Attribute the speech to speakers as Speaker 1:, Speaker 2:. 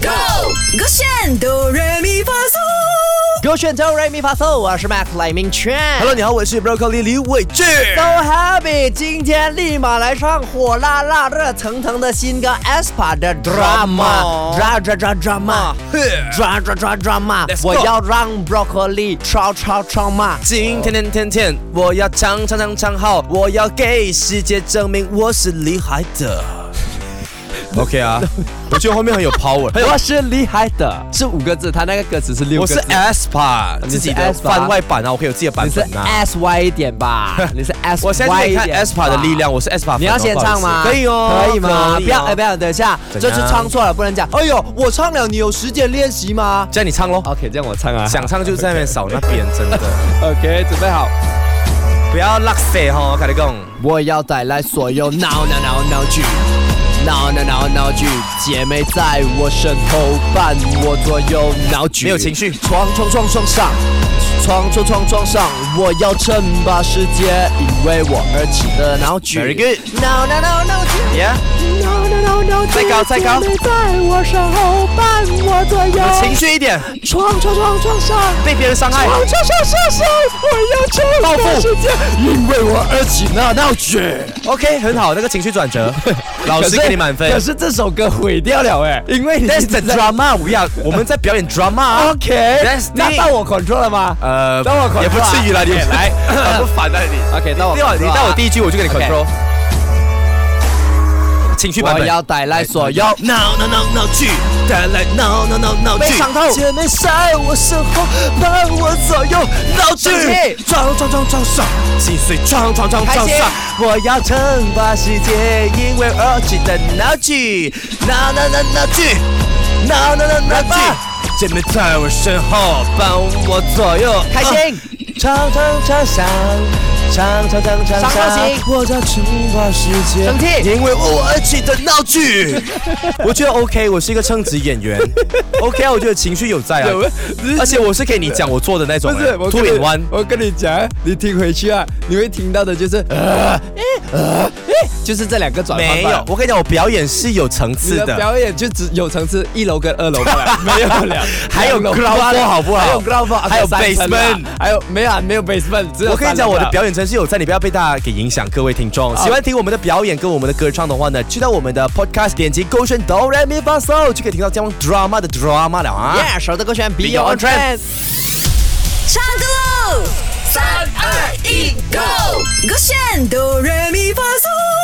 Speaker 1: Go！我选哆来咪发嗦，
Speaker 2: 给我选择 Remy f a s o 我是 Mac 赖明全。
Speaker 3: Hello，你好，我是 Broccoli 李伟俊。
Speaker 2: So happy！今天立马来上火辣辣、热腾腾的新歌 aespa 的 drama，
Speaker 3: Drama
Speaker 2: 抓抓抓 drama，抓抓抓 drama，
Speaker 3: Let's
Speaker 2: 我
Speaker 3: go
Speaker 2: 要让 broccoli 超超超骂。
Speaker 3: 今天天天天，我要唱唱唱唱好，我要给世界证明我是厉害的。OK 啊，我觉得后面很有 power，很有
Speaker 2: 我是厉害的，哎是五个字，他那个歌词是六
Speaker 3: 我
Speaker 2: 个字。
Speaker 3: 是 ASPA
Speaker 2: 你是
Speaker 3: 自己的
Speaker 2: Aspa
Speaker 3: 番外版啊，我可以有自己的版
Speaker 2: 你是
Speaker 3: 本啊。
Speaker 2: S Y 一点 吧，你是 S
Speaker 3: 我现在
Speaker 2: Y
Speaker 3: 可
Speaker 2: 一
Speaker 3: 以看
Speaker 2: 点吧。
Speaker 3: ASPA 的力量，我是哦 ASPA。
Speaker 2: 你要先唱吗？
Speaker 3: 可以哦，
Speaker 2: 可以吗？不要，哎，不
Speaker 3: 要，
Speaker 2: 要，等一下，
Speaker 3: 怎
Speaker 2: 这
Speaker 3: 样
Speaker 2: 次唱错了不能讲。哎呦，我唱了，你有时间练习吗
Speaker 3: 这样你唱喽。
Speaker 2: ？OK，这样我唱啊。
Speaker 3: 想唱就在那边扫那边，真的
Speaker 2: OK，准备好。
Speaker 3: 不要落塞哈，我跟你讲。
Speaker 2: 我要带来所有闹闹闹闹剧，闹闹闹闹剧，姐妹在我身后伴我左右闹剧，
Speaker 3: 没有情绪
Speaker 2: 闯闯闯闯上，闯闯闯闯上，我要称霸世界，因为我而起的闹剧。
Speaker 3: Very good
Speaker 2: 闹闹闹闹剧。
Speaker 3: Yeah，
Speaker 2: 闹闹闹闹剧，
Speaker 3: 再高再高
Speaker 2: 姐妹在我身后伴我左右，
Speaker 3: 有情绪一点，
Speaker 2: 闯闯闯闯上，
Speaker 3: 被别人伤害。
Speaker 2: 闯闯闯闯上，我要称
Speaker 3: 报
Speaker 2: 霸
Speaker 3: 复
Speaker 2: 世界，因为我而起的闹剧。
Speaker 3: OK，很好，那个情绪转 折，老师给你满分
Speaker 2: 可。是这首歌毁掉了哎，因为你
Speaker 3: That's the drama，不要，我们在表演 drama 啊。
Speaker 2: OK，
Speaker 3: That's
Speaker 2: 那
Speaker 3: the-
Speaker 2: 到我 control 了吗？
Speaker 3: 呃
Speaker 2: 等我 control 啊
Speaker 3: 也不至于啦，你
Speaker 2: Okay，来
Speaker 3: 好不烦啊你。
Speaker 2: OK，那我
Speaker 3: 你到
Speaker 2: control
Speaker 3: 你
Speaker 2: 啊
Speaker 3: 到我第一句，我就给你
Speaker 2: OK
Speaker 3: control。情绪版
Speaker 2: 我
Speaker 3: 本。
Speaker 2: 要带来所有
Speaker 3: 闹闹闹闹剧，带来闹闹闹闹
Speaker 2: 被伤透
Speaker 3: 姐妹在我身后，伴我左右，闹剧
Speaker 2: 生气，
Speaker 3: 撞撞撞撞爽，心碎撞撞撞
Speaker 2: 开
Speaker 3: 撞
Speaker 2: 心
Speaker 3: 爽。我要称霸世界，因为我记得闹 剧，闹闹闹闹剧，闹闹闹闹剧。姐妹在我身后，伴我左右，啊
Speaker 2: 开心。
Speaker 3: 唱唱唱响，唱唱唱唱
Speaker 2: 伤到心
Speaker 3: 我在称霸世界，
Speaker 2: 生气
Speaker 3: 因为我而起的闹剧。 我觉得 OK，我是一个称职 演员，OK 啊，我觉得情绪有在啊
Speaker 2: 有没，
Speaker 3: 而且我是给你讲我做的那种
Speaker 2: 不是，我
Speaker 3: two
Speaker 2: 跟你
Speaker 3: in one，
Speaker 2: 我跟你讲，你听回去啊，你会听到的就是呃，诶呃，诶，就是这两个转换吧
Speaker 3: 没有，我跟你讲，我表演是有层
Speaker 2: 你
Speaker 3: 次
Speaker 2: 的
Speaker 3: 的。
Speaker 2: 表演就只有层次一楼跟二楼罢 了，没有了，
Speaker 3: 还有
Speaker 2: 两楼
Speaker 3: ground floor 好不好
Speaker 2: 还有 ground floor，
Speaker 3: 还有
Speaker 2: 三层啊
Speaker 3: basement
Speaker 2: 还有没有啊？没有 basement，只有
Speaker 3: 我跟你讲，
Speaker 2: 三楼啊
Speaker 3: 我的
Speaker 2: 了
Speaker 3: 表演真是有在，你不要被大家给影响，各位听众。喜欢听我们的表演跟我们的歌唱的话呢，去到我们的 podcast，点击勾选哆来咪发嗦，就可以听到这样 drama 的 drama 了啊。
Speaker 2: Yeah，首的歌选 Be
Speaker 3: Your
Speaker 2: Your
Speaker 3: Own
Speaker 2: Own Trend。
Speaker 1: 唱歌喽！三二一，Go！我选哆来咪发嗦。